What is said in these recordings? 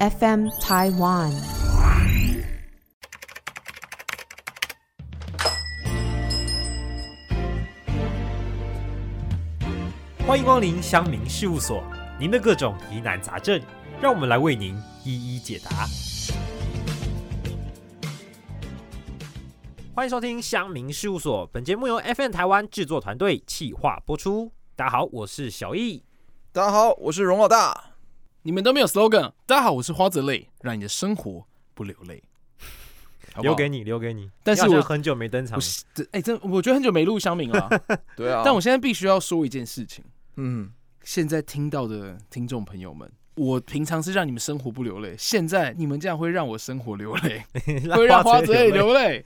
FM Taiwan。欢迎光临乡民事务所，您的各种疑难杂症，让我们来为您一一解答。欢迎收听乡民事务所，本节目由 FM 台湾制作团队企划播出。大家好，我是小易。大家好，我是荣老大。你们都没有 slogan。大家好，我是花泽类，让你的生活不流 泪。好不留好给，你，留给你。但是你好像我很久没登场我，是 这哎，真我觉得很久没录香茗了啊，对啊，但我现在必须要说一件事情。嗯，现在听到的听众朋友们，我平常是让你们生活不流泪，现在你们这样会让我生活流 泪，会让花泽类流泪，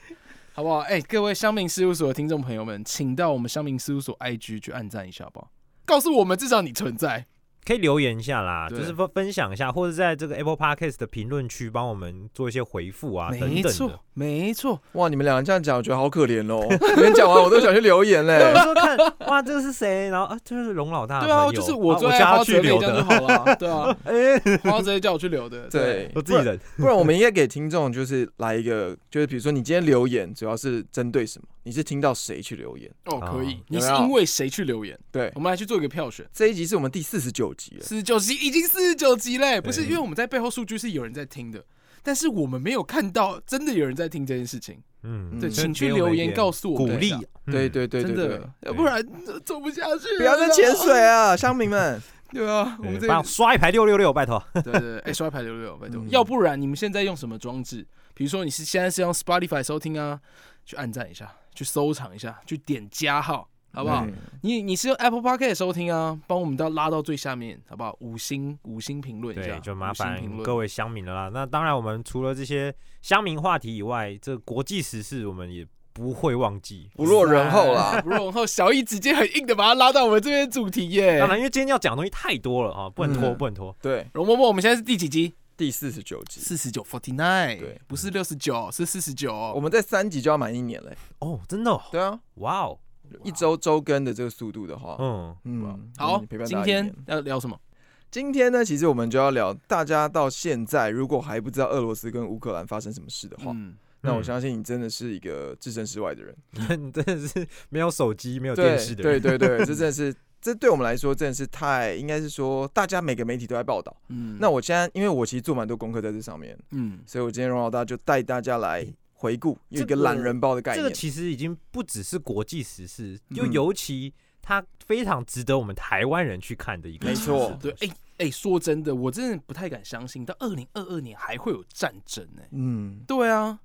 好不好？哎、各位香茗事务所的听众朋友们，请到我们香茗事务所 IG 去按赞一下，好不好？告诉我们，至少你存在。可以留言一下啦，就对是分分享一下，或者在这个 Apple Podcast 的评论区帮我们做一些回复啊，等没等的错。，没错，哇，你们两个这样讲，我觉得好可怜哦。 你们讲完，我都想去留有言 嘞时。候看哇，这个是谁？然后啊，这是龙老大的对朋友。啊，就是我最啊爱家花泽去类留这样就的，好了，对啊。 哎，花泽类叫我去留的，对，我自己人。不然我们应该给听众就是来一个，就是比如说你今天留言主要是针对什么？你是听到谁去留言？哦，可哦以。你有是没有因为谁去留言？对我，们来去做一个票选。这一集是我们第四十九集了。四十九集已经四十九集嘞，不是对因为我们在背后数据是有人在听的，但是我们没有看到真的有人在听这件事情。嗯，对，嗯请去留言告诉我鼓们一励下，，嗯对，对对对真对，的，要不然呃走不下去。不要再潜水，啊，乡民们。对啊，我们这对帮我刷一排六六六，拜 托。对对对，哎，刷牌留留，拜托嗯。要不然你们现在用什么装置？比如说你是现在是用 Spotify 收听啊，去按赞一下，去收藏一下，去点加号，好不好？嗯？你你是用 Apple Podcast 收听啊，帮我们到拉到最下面，好不好？五星五星评论一下，对，就麻五烦星评论各位乡民了啦。那当然，我们除了这些乡民话题以外，这国际时事我们也不会忘记。不落人后 啦。 不落人后，小易直接很硬的把它拉到我们这边的主题耶当。然，因为今天要讲的东西太多了啊，不能拖，嗯不能拖。对，容嬷嬷，我们现在是第几集？第四十九集，四十九 forty nine，对，不是六十九，是四十我九。们在三集就要满一年嘞。哦，真的哦，对啊，哇哦，一周周更的这个速度的话，哦嗯，嗯，好陪，伴大今家一天年要聊什么？今天呢，其实我们就要聊，大家到现在如果还不知道俄罗斯跟乌克兰发生什么事的话，嗯，那我嗯相信你真的是一个置身事外的人，你嗯 真的是没有手机、没有对电视的对人。对对，这真的是。这对我们来说真的是太，应该是说大家每个媒体都在报道。嗯那我现在因为我其实做蛮多功课在这上面，嗯，所以我今天荣老大就带大家来回顾有这一个个懒人包的嗯概这念。个其实已经不只是国际时事，就嗯尤其它非常值得我们台湾人去看的一个没时事。错对，哎哎，说真的，我真的不太敢相信，到二零二二年还会有战争呢。嗯，对啊，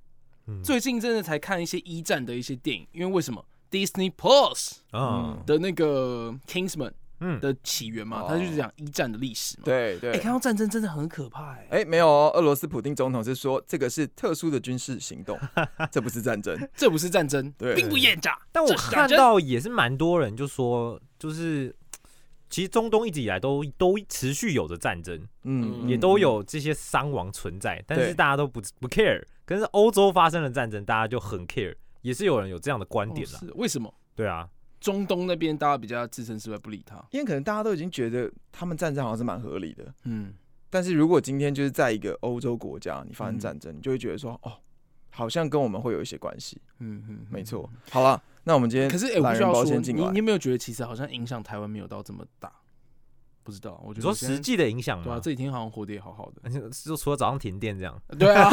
嗯最近真的才看一些一战的一些电影，因为为什么 Disney Plus 嗯的那个 Kingsman 嗯，的起源嘛哦，它就是讲一战的历史嘛。，哦对对哎，。看到战争真的很可怕哎，哎、没有哦，俄罗斯普丁总统是说这个是特殊的军事行动，这不是战争。这不是战争对，并不厌诈。但我这是战看争到也是蛮多人就说，就是其实中东一直以来都都持续有着战争，嗯，也都有这些伤亡存在，但是大家都不不 care。可是欧洲发生了战争，大家就很 care，也是有人有这样的观点哦啦。是为什么？对啊，中东那边大家比较置身事外，不理他。因为可能大家都已经觉得他们战争好像是蛮合理的，嗯，但是如果今天就是在一个欧洲国家你发生嗯战争，你就会觉得说哦，好像跟我们会有一些关系。嗯嗯，没错，好了，那我们今天可是哎，我嗯懒必须人要包说，先你进来你有没有觉得其实好像影响台湾没有到这么大？不知道，我你觉得说我现在实际的嗯影响对啊吗，？这几天好像活得也好好的。 就 就除了早上停电这样，对啊，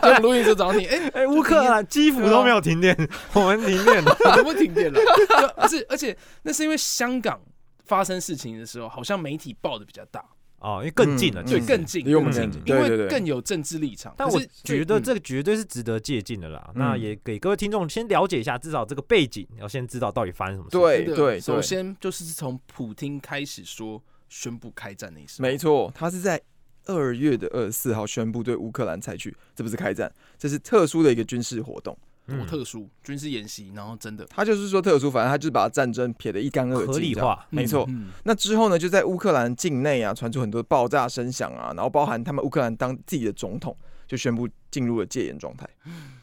就录音就找你，哎，哎，乌克兰、基辅嗯都没有停电， 我们停电了。怎么停电了？ 对啊不是，而且那是因为香港发生事情的时候，好像媒体报的比较大，哦，因为更近了，嗯其实对，更近，离我们更更近因对对为对更有政治立场。但可我是觉得嗯这个绝对是值得借鉴的啦。嗯那也给各位听众先了解一下，至少这个背景要先知道到底发生什么事。对真的对对首先就是从普京开始说宣布开战那一时候，没错，他是在二月的二十四号宣布对乌克兰采取，这不是开战，这是特殊的一个军事活动。嗯，多特殊军事演习，然后真的他就是说特殊，反正他就是把战争撇得一干二净，合理这样。化。没错嗯那之后呢，就在乌克兰境内啊，传出很多爆炸声响啊，然后包含他们乌克兰当自己的总统就宣布进入了戒严状态。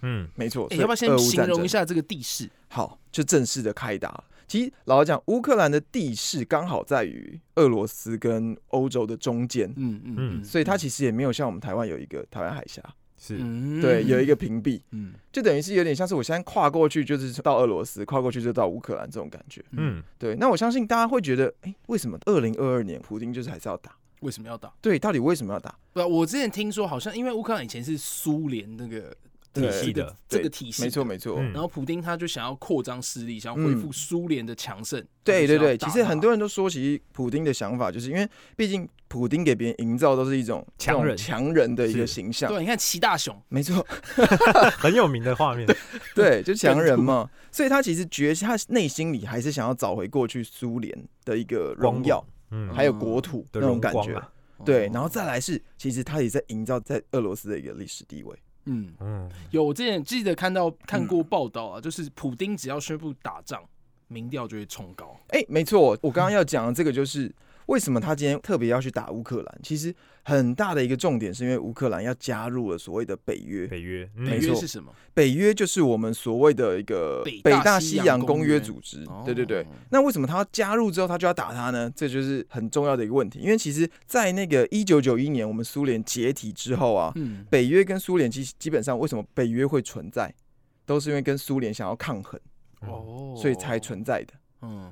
嗯，没错，所哎以要不要俄先乌形战容争一下这个地势？好，就正式的开打了。其实老实讲，乌克兰的地势刚好在于俄罗斯跟欧洲的中间，嗯嗯嗯，所以它其实也没有像我们台湾有一个台湾海峡，是嗯对，有一个屏蔽，嗯就等于是有点像是我现在跨过去就是到俄罗斯，跨过去就到乌克兰这种感觉。嗯，对，那我相信大家会觉得，哎、为什么二零二二年普京就是还是要打？为什么要打？对，到底为什么要打？不，我之前听说好像因为乌克兰以前是苏联那个体对系的，这对个体系，没错，。没错。嗯然后普丁他就想要扩张势力，想要恢复苏联的强盛。对对对，他其就是实要打很多人都说，其实普丁的想法就是因为，毕竟普丁给别人营造都是一种强那种人强人的一个是形他象，对，你看齐大雄，没 错，很有名的画面，对，就强人嘛，所以他其实觉他内心里还是想要找回过去苏联的一个荣耀，嗯，还有国土的那种荣感光觉，啊，对，哦然后再来是，其实他也在营造在俄罗斯的一个历史地位，嗯，嗯，有我之前记得看到看嗯过报道啊，就是普丁只要宣布打仗，民调就会冲高。哎、没错，我刚刚要讲的这个就是为什么他今天特别要去打乌克兰，其实很大的一个重点是因为乌克兰要加入了所谓的北约，北约，嗯北没约错是什么？北约就是我们所谓的一个北北大大西西洋洋公公约约组织哦，对对对。那为什么他加入之后他就要打他呢？这就是很重要的一个问题，因为其实，在那个一九九一年我们苏联解体之后啊，嗯，北约跟苏联基基本上为什么北约会存在，都是因为跟苏联想要抗衡，哦所以才。存在的。嗯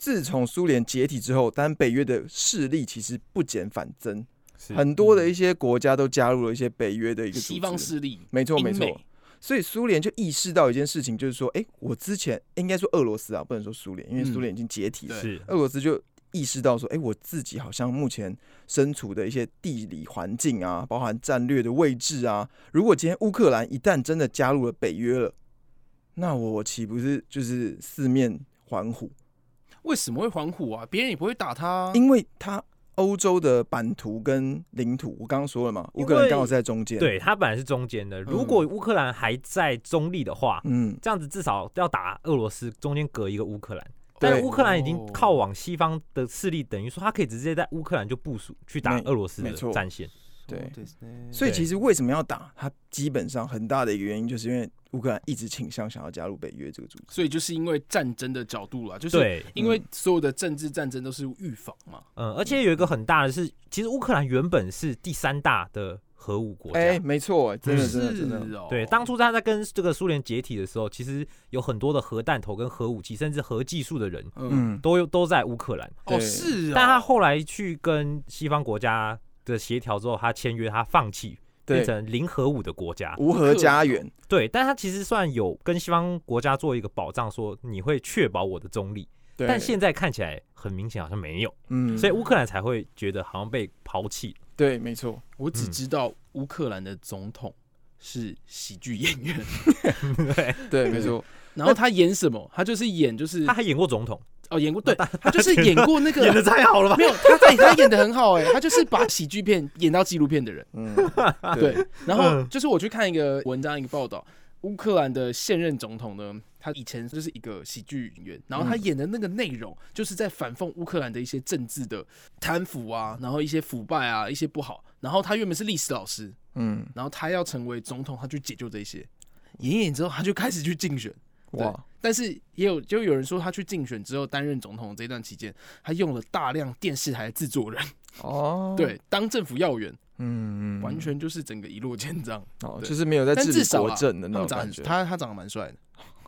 自从苏联解体之后，但北约的势力其实不减反增，是嗯很多的一些国家都加入了一些北约的一个组织嗯西方势力，没错英没错美，所以苏联就意识到一件事情，就是说，哎、我之前应该说俄罗斯啊，不能说苏联，因为嗯苏联已经解体了。对是俄罗斯就意识到说，哎、我自己好像目前身处的一些地理环境啊，包含战略的位置啊，如果今天乌克兰一旦真的加入了北约了，那我岂不是就是四面环虎？为什么会还虎啊？别人也不会打他啊。因为它欧洲的版图跟领土，我刚刚说了嘛，乌克因兰为刚好是在中间。对，，它本来是中间的，如嗯果乌克兰还在中立的话，嗯，这样子至少要打俄罗斯，中间隔一个乌克兰。但是对乌克兰已经哦靠往西方的势力，等于说他可以直接在乌克兰就部署去打没俄罗斯的没错战线。对そうですね，所以其对实为什么要打？它基本上很大的一个原因，就是因为乌克兰一直倾向想要加入北约这个组织。所以就是因为战争的角度啦，就是对，因嗯为所有的政治战争都是预防嘛。嗯，而且有一个很大的是，其实乌克兰原本是第三大的核武国家。哎、没错，真的嗯真的真的，是哦，对，当初他在跟这个苏联解体的时候，其实有很多的核弹头跟核武器，甚至核技术的人嗯，嗯，都有都在乌克兰。哦对是哦，但他后来去跟西方国家的协调之后，他签约，他放弃变对，成零核武的国家。无核家园，对，但他其实算有跟西方国家做一个保障，说你会确保我的中立。对，但现在看起来很明显好像没有，嗯，所以乌克兰才会觉得好像被抛弃。对，没错，我嗯只知道乌克兰的总统是喜剧演员，对， 对，没错，然后他演什么？他就是演就是他还演过总统，哦演过对，他就是演过那个演的太好了吧？没有他在他演的很好哎，他就是把喜剧片演到纪录片的人。 嗯，对，然后嗯就是我去看一个文章一个报道，乌克兰的现任总统呢，他以前就是一个喜剧演员，然后他嗯演的那个内容就是在反讽乌克兰的一些政治的贪腐啊，然后一些腐败啊，一些不好。然后他原本是历史老师，嗯，然后他要成为总统，他去解救这些。演演之后，他就开始去竞选，哇，但是也有就有人说，他去竞选之后担任总统的这段期间，他用了大量电视台的制作人，哦，对，当政府要员，嗯，嗯，完全就是整个一落千丈。哦，对就是没有在但治至理少国啦政的他那们种长感得觉，他他长得蛮帅的，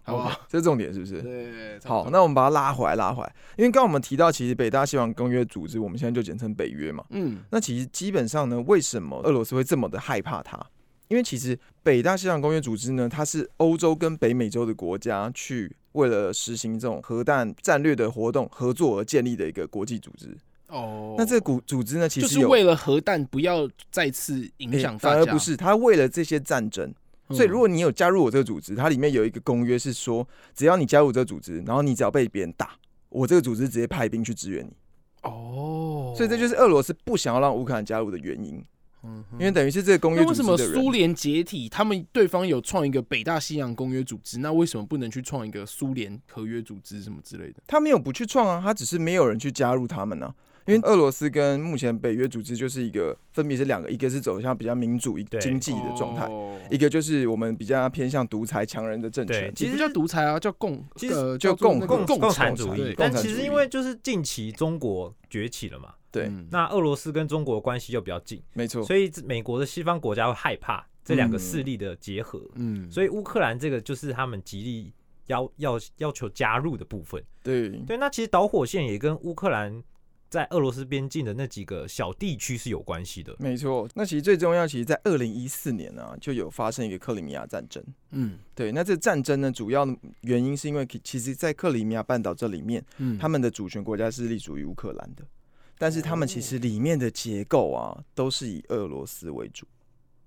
好不 OK，好？这是重点是不是？对，差不多好，那我们把它拉回来，拉回来，因为刚刚我们提到，其实北大西洋公约组织，我们现在就简称北约嘛。嗯，那其实基本上呢，为什么俄罗斯会这么的害怕它？因为其实北大西洋公约组织呢，它是欧洲跟北美洲的国家去为了实行这种核弹战略的活动合作而建立的一个国际组织。哦，那这个组组织呢，其就实是有为了核弹不要再次影诶响大反家，而不是它为了这些战争。嗯，所以如果你有加入我这个组织，它里面有一个公约是说，只要你加入我这个组织，然后你只要被别人打，我这个组织直接派兵去支援你。哦，所以这就是俄罗斯不想要让乌克兰加入的原因，嗯哼因为等于是这个公约那组为织什的么人苏联解体，他们对方有创一个北大西洋公约组织，那为什么不能去创一个苏联合约组织什么之类的？他没有不去创啊，他只是没有人去加入他们呢、啊。因因为俄罗斯跟目前北约组织就是一个分别是两个，一个是走向比较民主、一对经济的状态，哦一个就是我们比较偏向独裁强人的政权对。其其实实叫独裁啊，叫共，其实呃就叫做共那个共共共产产主主义义，共但产其主实义因为就是近期中国崛起了嘛，对嗯那俄罗斯跟中国关系又比较近，没错，所以这美国的西方国家会害怕这两个势嗯力的结合，嗯，所以乌克兰这个就是他们极力要要要求加入的部分。对对，那其实导火线也跟乌克兰在俄罗斯边境的那几个小地区是有关系的。没错，那其实最重要，其实，在二零一四年呢、啊，就有发生一个克里米亚战争。嗯对，那这战争呢，主要原因是因为其其实，在克里米亚半岛这里面，嗯，他们的主权国家是隶属于乌克兰的，但是他们其实里面的结构啊，都是以俄罗斯为主。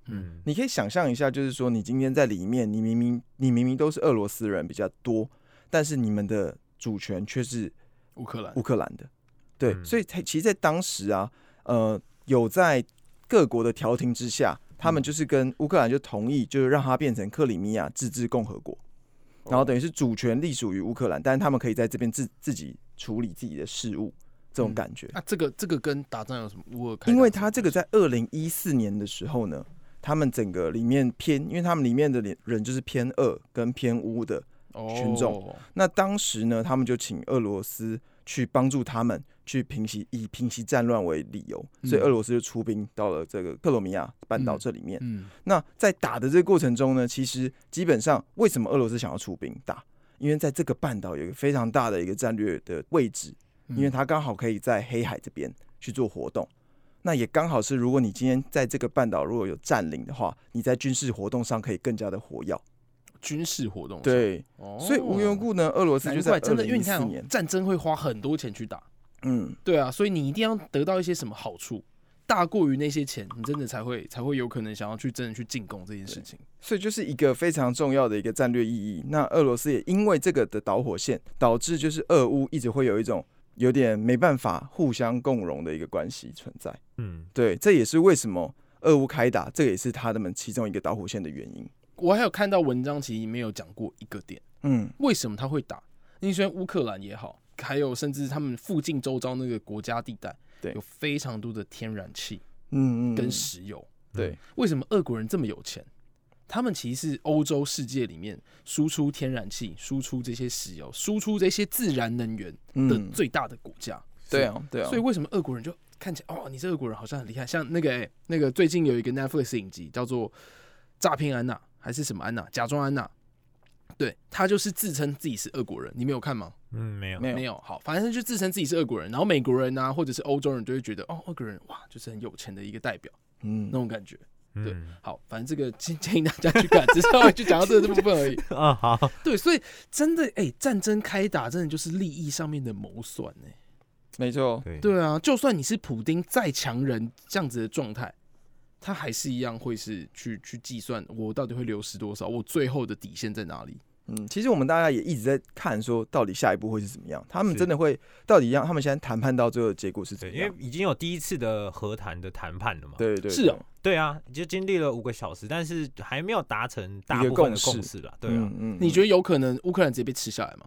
嗯你可以想象一下，就是说，你今天在里面，你明明你明明都是俄罗斯人比较多，但是你们的主权却是乌克兰乌克兰的。对，嗯所以才其实，在当时啊，呃，有在各国的调停之下，他们嗯就是跟乌克兰就同意，就是让它变成克里米亚自治共和国，哦然后等于是主权隶属于乌克兰，但是他们可以在这边自自己处理自己的事务，这种嗯感觉。啊，这个这个跟打仗有什么？乌尔开因打为有什么他这个关系在二零一四年的时候呢，他们整个里面偏，因为他们里面的人就是偏俄跟偏乌的，群众哦那当时呢，他们就请俄罗斯去帮助他们去平息，以平息战乱为理由，嗯所以俄罗斯就出兵到了这个克罗米亚半岛嗯这里面。嗯那在打的这个过程中呢，其实基本上为什么俄罗斯想要出兵打？因为在这个半岛有一个非常大的一个战略的位置，嗯因为它刚好可以在黑海这边去做活动。那也刚好是，如果你今天在这个半岛如果有占领的话，你在军事活动上可以更加的活跃。军事活动上，对，哦，所以无缘无故呢，俄罗斯就难在怪真二的，因零为一你看四哦年，战争会花很多钱去打，嗯，对啊，所以你一定要得到一些什么好处，大过于那些钱，你真的才会才会有可能想要去真的去进攻这件事情。所以就是一个非常重要的一个战略意义。那俄罗斯也因为这个的导火线，导致就是俄乌一直会有一种有点没办法互相共荣的一个关系存在。嗯，对，这也是为什么俄乌开打，这个也是他们其中一个导火线的原因。我还有看到文章其实没有讲过一个点，嗯，为什么他会打？因为乌克兰也好，还有甚至他们附近周遭那个国家地带，对有非常多的天然气嗯嗯，跟石油。对，为什么俄国人这么有钱？他们其实是欧洲世界里面输出天然气、输出这些石油、输出这些自然能源的嗯，最大的国家。对啊，对啊，所以为什么俄国人就看起来哦，你这俄国人好像很厉害？像那个、欸、那个最近有一个 Netflix 影集叫做《诈骗安娜》还是什么安娜？假装安娜。对他就是自称自己是俄国人，你没有看吗？嗯，没有，没有没有，好，反正就自称自己是俄国人，然后美国人啊，或者是欧洲人就会觉得，哦，俄国人哇，就是很有钱的一个代表嗯那种感觉。对嗯，好，反正这个建建议大家去看，只是我就讲到这个部 分而已。啊，好，对，所以真的，哎、战争开打真的就是利益上面的谋算呢、没错，对，对啊，就算你是普丁再强人这样子的状态，他还是一样会是去去计算我到底会流失多少，我最后的底线在哪里。嗯，其实我们大家也一直在看，说到底下一步会是怎么样？他们是真的会到底让他们现在谈判到最后的结果是怎对，么因为样？已经有第一次的和谈的谈判了嘛。对对，是对哦，对啊，就经历了五个小时，但是还没有达成大一个部分的共共识啦。对啊，嗯嗯，你觉得？得有可能乌克兰直接被吃下来吗？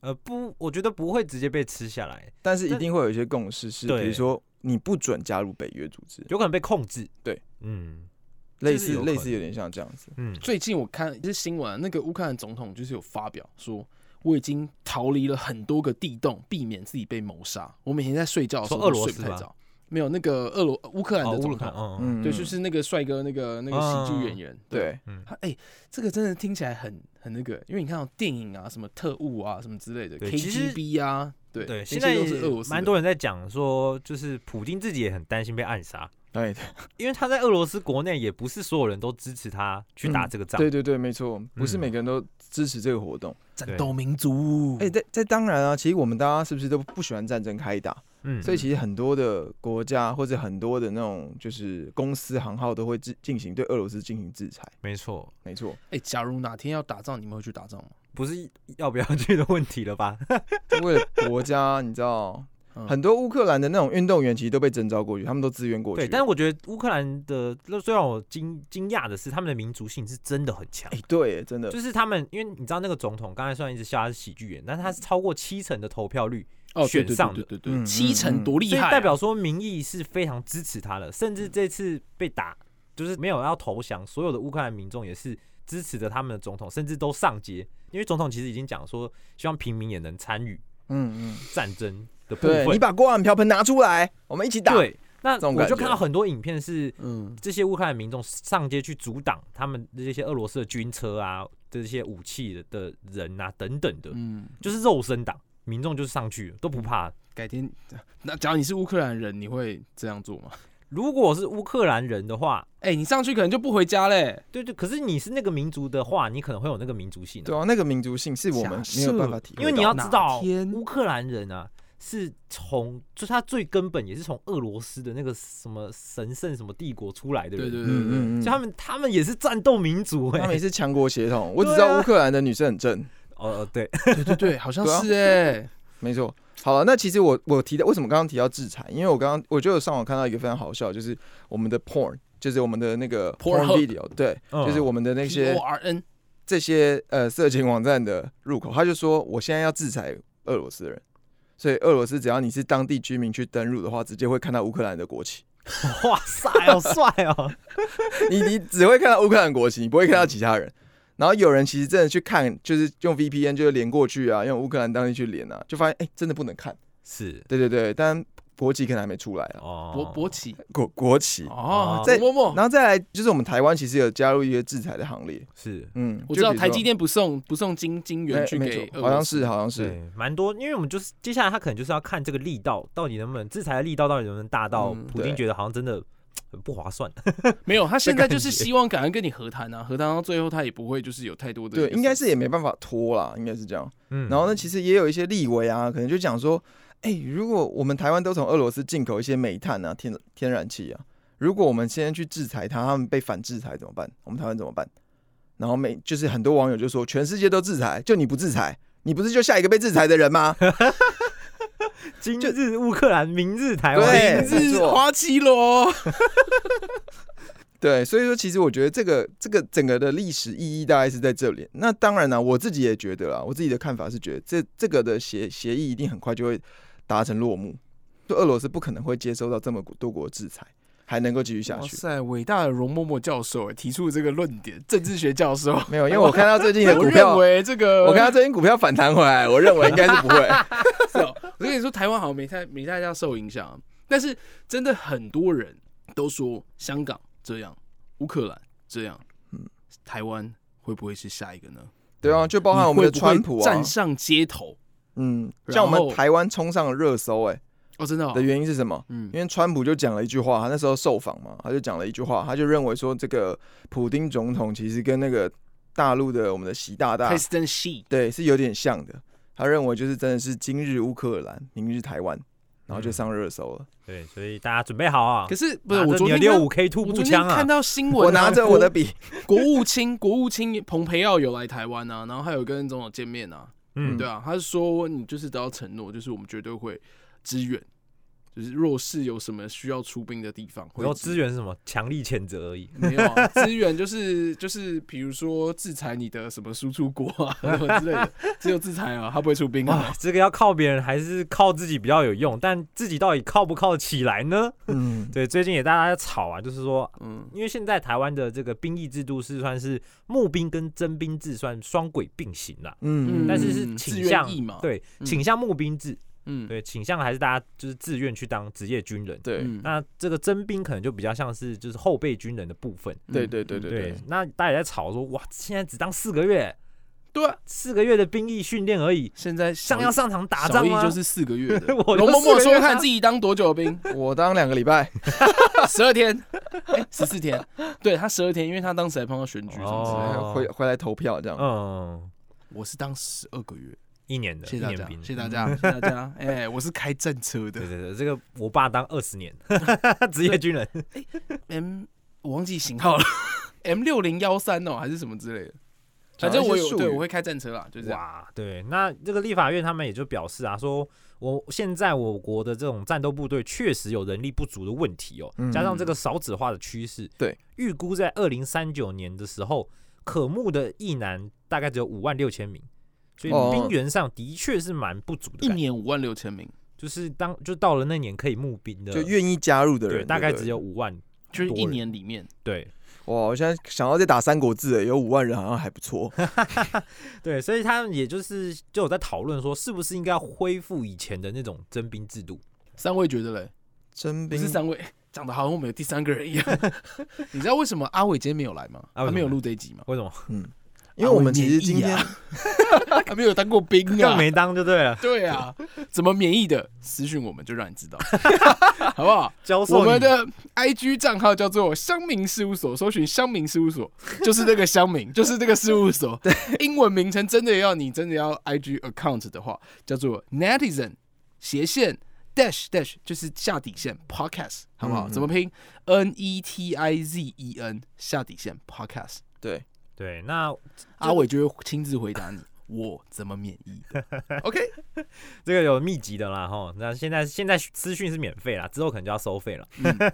呃，不，我觉得不会直接被吃下来，但是一但定会有一些共识，是比如对说你不准加入北约组织，有可能被控制。对，嗯这类是似有类可似有点像这样子。嗯，最近我看一些新闻啊、那个乌克兰总统就是有发表说，我已经逃离了很多个地洞，避免自己被谋杀。我每天在睡觉的时候说俄都罗睡斯不太吧着，没有那个俄罗乌克兰哦，的乌总克兰，统，嗯，嗯嗯，对，就是那个帅哥，那个那个喜剧演员，对。对，他哎、这个真的听起来很很那个，因为你看到电影啊，什么特务啊，什么之类的对其实，KGB 啊，对对，那现些在都是俄罗斯的蛮多人在讲说，就是普京自己也很担心被暗杀，哎，因为他在俄罗斯国内也不是所有人都支持他去打嗯这个仗。对对对，没错，不是嗯每个人都支持这个活动。战斗民族。哎，在在当然啊，其实我们大家是不是都不喜欢战争开打？嗯，所以其实很多的国家或者很多的那种就是公司行号都会制进行对俄罗斯进行制裁。没错，没错，哎、假如哪天要打仗，你们会去打仗吗？不是要不要去的问题了 吧？为了国家，你知 道，嗯很多乌克兰的那种运动员其实都被征召过去，他们都支援过去。对，但是我觉得乌克兰的最让我惊惊讶的是，他们的民族性是真的很强哎、。对，真的，就是他们，因为你知道那个总统刚才虽然一直笑他是喜剧演，但是他是超过七成的投票率哦，对选对上对的对对对，嗯七成多厉所以害啊，代表说民意是非常支持嗯他的，甚至这次被打就是没有要投降，所有的乌克兰民众也是支持着他们的总统，甚至都上街，因为总统其实已经讲说，希望平民也能参与嗯嗯，战争的部对你分。把锅碗瓢盆拿出来，我们一起打。对，那这种我感就觉看到很多影片是嗯，这些乌克兰民众上街去阻挡他们这些俄罗斯的军车啊、这些武器的的人啊等等的，嗯，就是肉身党，民众就是上去了都不怕。改天， 那假如你是乌克兰人，你会这样做吗？如果是乌克兰人的话，哎、你上去可能就不回家嘞。对对，可是你是那个民族的话，你可能会有那个民族性、对啊，那个民族性是我们假设没有办法体会到因为你要知道哪，天乌克兰人啊，是从就是他最根本也是从俄罗斯的那个什么神圣什么帝国出来的人，对对对对对，嗯嗯嗯，所以他们他们也是战斗民族哎、他们也是强国协同。我只对啊知道乌克兰的女生很正，哦哦对，对对对，好像是哎、 没错。好了，那其实我我提到为什么刚刚提到制裁，因为我刚刚我就有上网看到一个非常好笑，就是我们的 porn，就是我们的那个 porn Pornhub video，对，嗯 就是我们的那些 O R N，这些呃色情网站的入口，他就说我现在要制裁俄罗斯人，所以俄罗斯只要你是当地居民去登录的话，直接会看到乌克兰的国旗， 哇塞，好帅哦！ 你你只会看到乌克兰国旗，你不会看到其他人。然后有人其实真的去看，就是用 VPN 就是连过去啊，用乌克兰当地去连啊，就发现哎、真的不能看。是对对对，但国旗可能还没出来啊，哦，勃勃起国国旗。哦，在默默，然后再来就是我们台湾其实有加入一些制裁的行列，是嗯，我知道就比如说台积电不送不送金金元哎去没给错俄好罗像斯，是好像是，对，蛮多，因为我们就是接下来他可能就是要看这个力道到底能不能制裁的力道到底能不能大到、嗯普京对觉得好像真的很不划算。没有，他现在就是这感觉希望赶快跟你和谈啊，和谈到最后他也不会就是有太多的一对，个，应该是也没办法拖啦，应该是这样。嗯然后呢，其实也有一些立委啊，可能就讲说，哎、如果我们台湾都从俄罗斯进口一些煤炭啊、天天然气啊，如果我们现在去制裁它，他们被反制裁怎么办？我们台湾怎么办？然后每就是很多网友就说，全世界都制裁，就你不制裁，你不是就下一个被制裁的人吗？今日乌克兰，明日台湾，对，名字没是错花绮罗，对，所以说其实我觉得这个这个整个的历史意义大概是在这里。那当然啦，我自己也觉得啦，我自己的看法是觉得这这个的协协议一定很快就会达成落幕，就俄罗斯不可能会接收到这么多国制裁，还能够继续下哇去。塞，伟大的容嬷嬷教授哎提出这个论点，政治学教 授，没有，因为我看到最近的 我股票，认为这个，我看到最近股票反弹回来，我认为应该是不 会。是哦，我跟你说，台湾好像没太没太大受影响啊，但是真的很多人都说香港这样，乌克兰这样，嗯台湾会不会是下一个呢？对啊，就包含我们的川普你会不会啊站，上街头嗯，然像我后们台湾冲上了热搜、哎，哦，真的、哦的，原因是什么？嗯，因为川普就讲了一句话，他那时候受访嘛，他就讲了一句话，他就认为说这个普丁总统其实跟那个大陆的我们的习大大 Kristen She 对是有点像的，他认为就是真的是今日乌克兰，明日台湾，然后就上热搜了。 对，所以大家准备好啊！可是不拿是着我昨你的天六看五 K 突我步昨天枪啊看，到新闻啊、 我拿着我的笔，国国务卿，国务卿 蓬佩奥有来台湾啊，然后还有跟总统见面啊，嗯，对啊，他是说你就是得到承诺，就是我们绝对会支援，就是若是有什么需要出兵的地方，会然后资源是什么？强力谴责而已。没有啊，支援就是就是比如说制裁你的什么输出国啊 什么之类的，只有制裁啊，他不会出兵哇啊，，这个要靠别人还是靠自己比较有用？但自己到底靠不靠得起来呢？嗯，对，最近也大家在吵啊，就是说，嗯，因为现在台湾的这个兵役制度是算是募兵跟征兵制算双轨并行啦，嗯，但是是嗯倾向自愿役嘛对，嗯倾向募兵制，嗯，对，倾向还是大家就是自愿去当职业军人。对嗯，那这个征兵可能就比较像是就是后备军人的部分。对对对嗯对对，那大家也在吵说，哇，现在只当四个月，对啊，四个月的兵役训练而已，现在小上要上场打小仗易吗？就是四个月的， 我就容嬷四个嬷说月看啊自己当多久的兵，我当两个礼拜，十二天，哎十四天，对他十二天，因为他当时还碰到选举什么之类的，哦回回来投票这样。嗯，我是当十二个月，一年的，谢一谢大年家，兵，谢谢大家，谢谢大家，哎，我是开战车的对，对对，这个我爸当二十 年，职业军人。 M，我忘记型号了 ，M 六零幺三哦，还是什么之类的。反正讲我一些有术语对，我会开战车啦，就是这样。哇，对，那这个立法院他们也就表示啊，说我现在我国的这种战斗部队确实有人力不足的问题哦，嗯加上这个少子化的趋势，对，预估在二零三九年的时候，可募的役男大概只有五万六千名，所以哦兵源上的确是蛮不足的一感觉，年五万六千名，就是当就到了那年可以募兵的，就愿意加入的人，对，大概只有有五万，就是多一人年里面，对哇！我现在想要再打三国志，哎有五万人好像还不错。对，所以他们也就是就有在讨论说，是不是应该恢复以前的那种征兵制度？三位觉得嘞，征不兵是三位，长得好像我们有第三个 人一样。你知道为什么阿伟今天没有来吗？阿伟他没有怎么录这一集吗？为什么嗯因为我们其实今天阿伟 免疫 啊他没有当过兵更啊。没当就对了？对啊，怎么免疫的？私讯我们就让你知 道，好不好？教授我们你的 IG 账号叫做乡民事务所，搜寻乡民事务所，就是那个乡 民，就是这个事务所。英文名称真的要你真的要 IG account 的话，叫做 netizen 斜线 dash dash 就是下底线 podcast，好不好？嗯嗯怎么拼？N E T I Z E N 下底线 podcast。对对，那阿伟就会亲自回答 你，我怎么免疫的 ？OK，这个有密集的啦哈。那现在现在资讯是免费啦，之后可能就要收费了。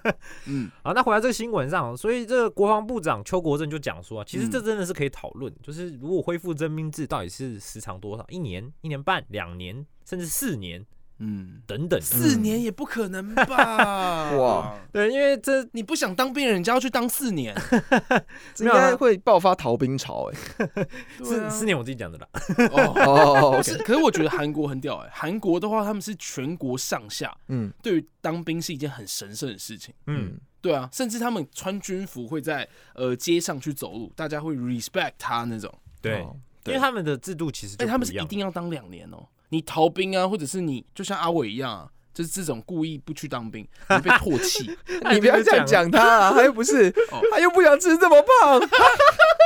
嗯，好，那回到这个新闻上，所以这个国防部长邱国正就讲嗯说啊，其实这真的是可以讨论，就是如果恢复征兵制，到底是时长多少？一年、一年半、两年，甚至四年嗯，等等。四年也不可能吧？哇！对，因为这你不想当兵，人家要去当四年，这应该会爆发逃兵潮哎、对四啊四年我自己讲的啦。哦。 哦不，OK，是，可是我觉得韩国很屌哎、韩国的话，他们是全国上下嗯哦对于当兵是一件很神圣的事情。嗯，对啊，甚至他们穿军服会在呃街上去走路，大家会 respect 他那种。对，哦因为他们的制度其实就哎，他们是不一样定要当两年哦、你逃兵啊，或者是你就像阿伟一样啊，就是这种故意不去当兵，你被唾 弃。哎你不要这样讲他、啊，他又不 是哦，他又不想吃这么胖。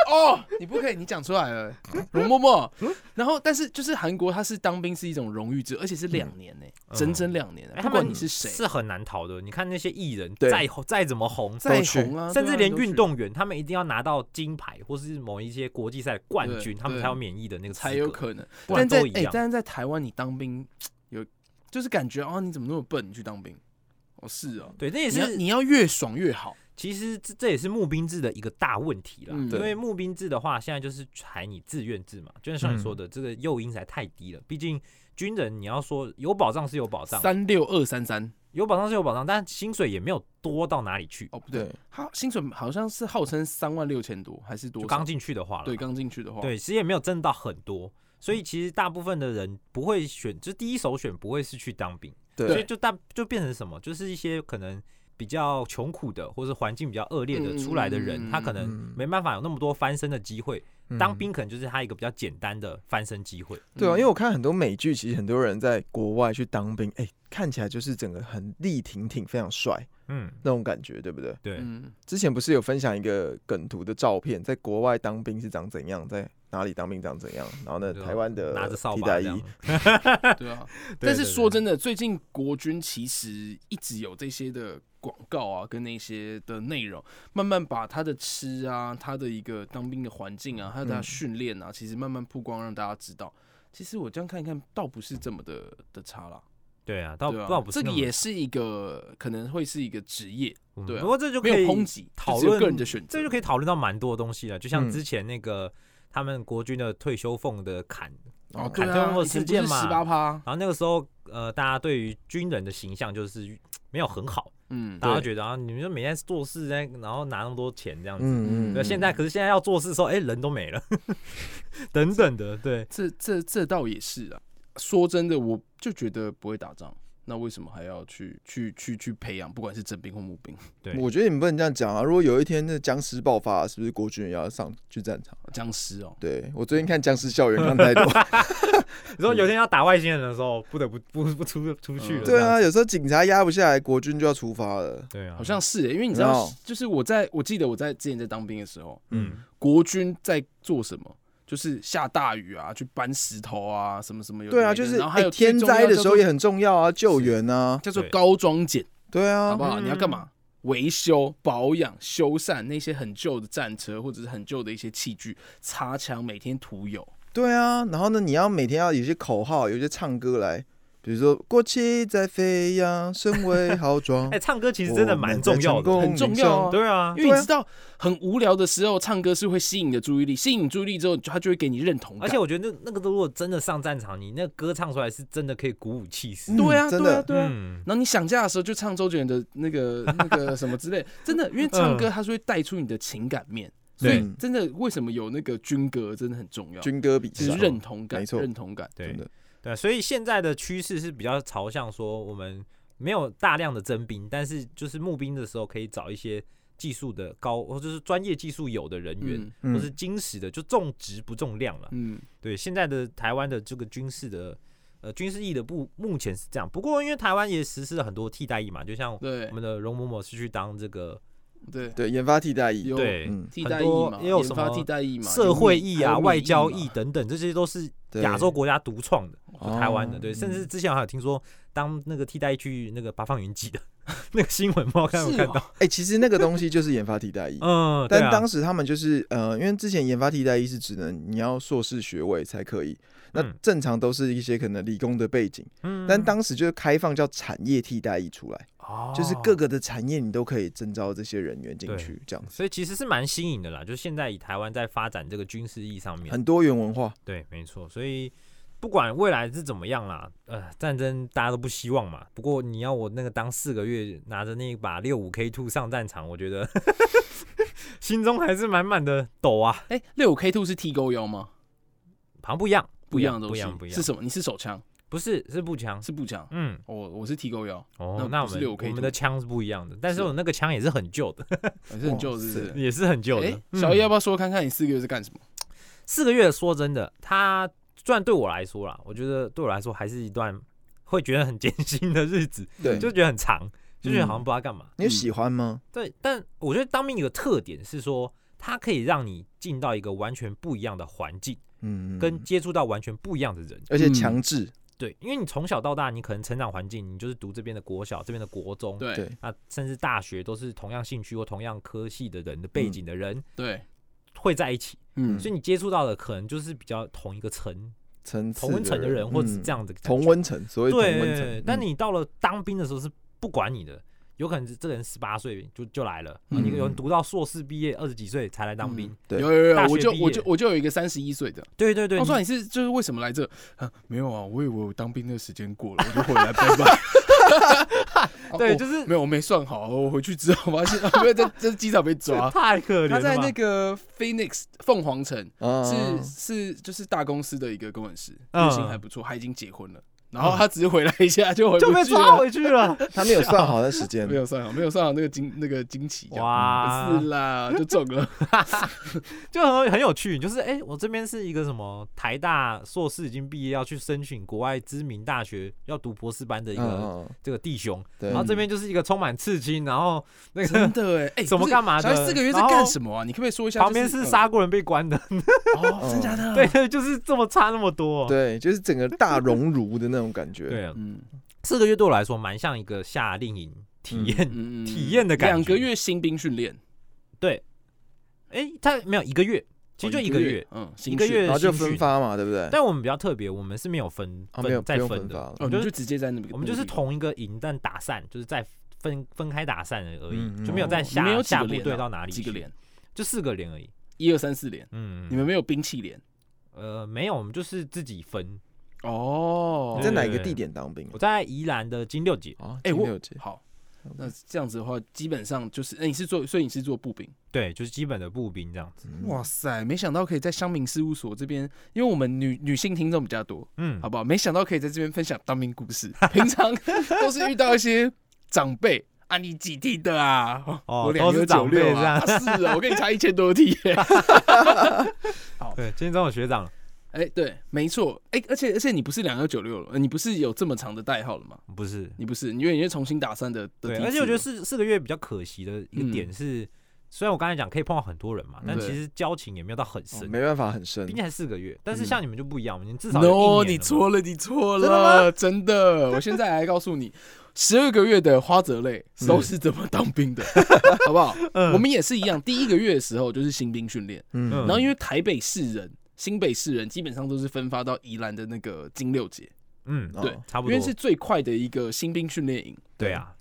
哦，你不可以，你讲出来了，容嬷嬷。然后，但是就是韩国，他是当兵是一种荣誉制，而且是两年呢、嗯整整两年、欸，哎不他管们你是谁，是很难逃的。你看那些艺人，对再红再怎么红，再去红啊，甚对至啊连都去运动员，他们一定要拿到金牌或是某一些国际赛冠对军，他们对才有免疫的那个资格才有可能。不然但在都一哎、样。但是在台湾，你当兵有就是感觉哦，你怎么那么笨？你去当兵？哦，是哦，对，这也你要是你要越爽越好。其实这这也是募兵制的一个大问题啦。嗯因对为募兵制的话，现在就是采你自愿制嘛，就像你说嗯的，这个诱因实在太低了。毕竟军人你要说有保障是有保障，三六二三三有保障是有保障，但薪水也没有多到哪里去。哦，不 对对，，他薪水好像是号称三万六千多，还是多就少？刚进去的话啦对刚进去的话，对，其实也没有挣到很多，所以其实大部分的人不会选，就是第一首选不会是去当兵，对所以就大就变成什么，就是一些可能比较穷苦的，或是环境比较恶劣的出来的人，嗯他可能嗯没办法有那么多翻身的机会，嗯当兵可能就是他一个比较简单的翻身机会。对啊，嗯因为我看很多美剧，其实很多人在国外去当兵，哎、看起来就是整个很立挺挺，非常帅嗯，那种感觉，对不对？对，嗯，之前不是有分享一个梗图的照片，在国外当兵是长怎样，在哪里当兵长怎样，然呃后呢，就台湾的拿着扫替把代这样 役，。对啊。对但是对说对真的，最近国军其实一直有这些的广告啊，跟那些的内容，慢慢把他的吃啊，他的一个当兵的环境啊，还有他的嗯训练啊，其实慢慢曝光，让大家知道。其实我这样看一看，倒不是这么的的差啦。对啊，倒对啊倒不是这个那么也是一个可能会是一个职业，嗯对啊不过这就可没有以抨击，讨就只有论个人的选择这就。可以讨论到蛮多东西了，就像嗯之前那个。他们国军的退休俸的砍哦，砍对掉啊，我以时前不是间嘛十八趴，然后那个时候，呃，大家对于军人的形象就是嗯没有很好，嗯，大家对觉得啊，你们就每天做事在，然后拿那么多钱这样子。嗯对，现在可是现在要做事的时候，哎，人都没了， 等等的，对，这这这倒也是啊。说真的，我就觉得不会打仗，那为什么还要去去去去培养，不管是征兵或募兵？对我觉得你们不能这样讲啊！如果有一天那僵尸爆发，是不是国军也要上去战场？僵尸哦，对我最近看《僵尸校园》看 太多，你说有一天要打外星人的时候，不得不不不出出去了，对这样啊，有时候警察压不下来，国军就要出发了。对啊，好像是耶，欸因为你知然道后，就是我在我记得我在之前在当兵的时候，嗯，国军在做什么？就是下大雨啊，去搬石头啊，什么什么有的没对的。啊，就是然后还有哎天灾的时候也很重要啊，救是援啊，叫做对高装检，对好啊不，好？你要干嘛？维修、保养、修缮那些很旧的战车或者是很旧的一些器具，擦墙，每天涂油。对啊。然后呢，你要每天要有一些口号，有一些唱歌来比如说国旗在飞扬，身为豪壮 哎、。唱歌其实真的蛮重要嗯我的，们在成功很重要啊领袖对啊，因为你知道，很无聊的时候，唱歌是会吸引你的注意力，吸引你注意力之后，他就会给你认同而感。且我觉得那那个如果真的上战场，你那歌唱出来是真的可以鼓舞气势。对啊，嗯真对啊，的对啊。嗯，然后你想家的时候就唱周杰伦的那个那个什么 之类，真的，因为唱歌它是会带出你的情感面，所以对真的为什么有那个军歌真的很重要，嗯军歌比就是赛，认同感没，错认同感。对真的对，所以现在的趋势是比较朝向说，我们没有大量的征兵，但是就是募兵的时候可以找一些技术的高，或者是专业技术有的人员，嗯或是金石的，就重质不重量了。嗯，对，现在的台湾的这个军事的呃军事役的部目前是这样，不过因为台湾也实施了很多替代役嘛，就像我对们的容嬷嬷是去当这个对，对研发替代役，有对嗯，替代很役多嘛，也有研什发么替代役嘛，社会民役啊、还有外民役交嘛役等等，这些都是对亚洲国家独创的，就哦台湾的。对，嗯甚至之前还有听说当那个替代役去那个八方云集的 那个新闻，不知道看有没是有看哦到？哎，其实那个东西就是研发 替代役，嗯，对但啊，当时他们就是呃，因为之前研发替代医是只能你要硕士学位才可以，那嗯正常都是一些可能理工的背景，嗯但当时就是开放叫产业替代医出来，哦就是各个的产业你都可以征召这些人员进去，这样子所以其实是蛮新颖的啦，就是现在以台湾在发展这个军事役上面，很多元文化，对，没错。所以不管未来是怎么样啦，呃，战争大家都不希望嘛。不过你要我那个当四个月拿着那一把六五 K two 上战场，我觉得 心中还是满满的抖啊。哎，六五 K two 是 T 勾幺吗？好像不一样，不一样不的东一西样，不一样，是什么？你是手枪，不是是步枪。是步枪。嗯，我我是 T 勾幺，哦，那那不我们是 6K 我们的枪是不一样的，但是我那个枪也是很旧 的，还是很旧，是不哇是？也是很旧的哎。，小叶要嗯不要说看看你四个月是干什么？四个月，说真的，他虽然对我来说啦，我觉得对我来说还是一段会觉得很艰辛的日子，对，就觉得很长，就觉得好嗯像不知道干嘛。嗯你有喜欢吗？对，但我觉得当兵有个特点是说，它可以让你进到一个完全不一样的环境，嗯，跟接触到完全不一样的人。而且嗯强制，对，因为你从小到大，你可能成长环境，你就是读这边的国小，这边的国中，对对啊，甚至大学都是同样兴趣或同样科系的人的背景的人、对，会在一起，嗯，所以你接触到的可能就是比较同一个层、层次同温层的嗯人，或者是这样样的感觉同温层，所谓同温对层，，但嗯你到了当兵的时候是不管你的，有可能是这个人十八岁就就来了，嗯你有人读到硕士毕业二十几岁才来当兵。嗯对有有有，大学我就毕业我就我就有一个三十一岁的，对对对，他说你哦你是就是为什么来这？ 啊，没有啊，我以为我当兵的时间过了，我就回来 拜拜。啊对我就是没有，我没算好，我回去之后发现， 啊没有在在机场被抓。太可怜啊他了吧。在那个 Phoenix 凤凰城，啊是是就是大公司的一个工程师，嗯月薪还不错，他已经结婚了，然后他只是回来一下就回就不被去抓了，回去 了，哦他没有算好的时间没，有算好，没有算好那个惊那个惊奇这样，哇，不是啦，就中 了，就很很有趣，就是哎、诶我这边是一个什么台大硕士已经毕业要去申请国外知名大学要读博士班的一嗯个嗯，嗯这个弟兄，对然后这边就是一个充满刺青，然后那真个的哎，哎，怎么不是干嘛的小孩四个月在然后干什么啊？你可不可以说一下？旁边就是嗯杀过人被关的，嗯哦，真假的？对，对， 就是这么差那么多。对，就是整个大熔炉的那种感觉，哦对，啊嗯四个月对我来说蛮像一个夏令营体验，嗯体验的感觉两个月新兵训练，对，哎、他没有一个月，其实就哦一一个月月，，嗯，一个新训月然后就新训分发嘛，对不对？但我们比较特别，我们是没有分啊，分没有再不用分发的，了，哦，你就们就直接在那边，我们就是同一个营，但打散，就是在分分开打散而已，嗯嗯就没有哦在你们下有几个下部连啊队到哪里几个去连，就四个连而已。一二三四连，嗯，你们没有兵器连呃没有，我们就是自己分。哦你在哪个地点当兵啊我在宜兰的金六节，啊？啊，哎金我六节好，那这样子的话，基本上就是，哎、你是做，所以你是做步兵。对，就是基本的步兵这样子。嗯哇塞，没想到可以在乡民事务所这边，因为我们女女性听众比较多，嗯好，不好？没想到可以在这边分享当兵故事，平常都是遇到一些长辈。啊，你几 T 的啊？哦我两都个是九长辈六啊，啊是啊，我跟你差一千多 T 耶。对，今天中有学长了，哎、对，没错，哎、而且而且你不是两幺九六了、呃你不是有这么长的代号了吗？不是，你不是，因为你是重新打算的的对，梯而且我觉次得了四四个月比较可惜的一个点是，虽然我刚才讲可以碰到很多人嘛，但对其实交情也没有到很哦深，没办法，很深毕。竟才四个月。但是嗯像你们就不一样，你们至少有一 No，年你了嘛错了，你错真的了，真的。我现在来告诉你，十二个月的花泽类嗯都是怎么当兵的， 好不好？我们也是一样，第一个月的时候就是新兵训练，嗯嗯然后因为台北市人、新北市人基本上都是分发到宜兰的那个金六节，嗯，哦对差不因多为。是最快的一个新兵训练营。对啊，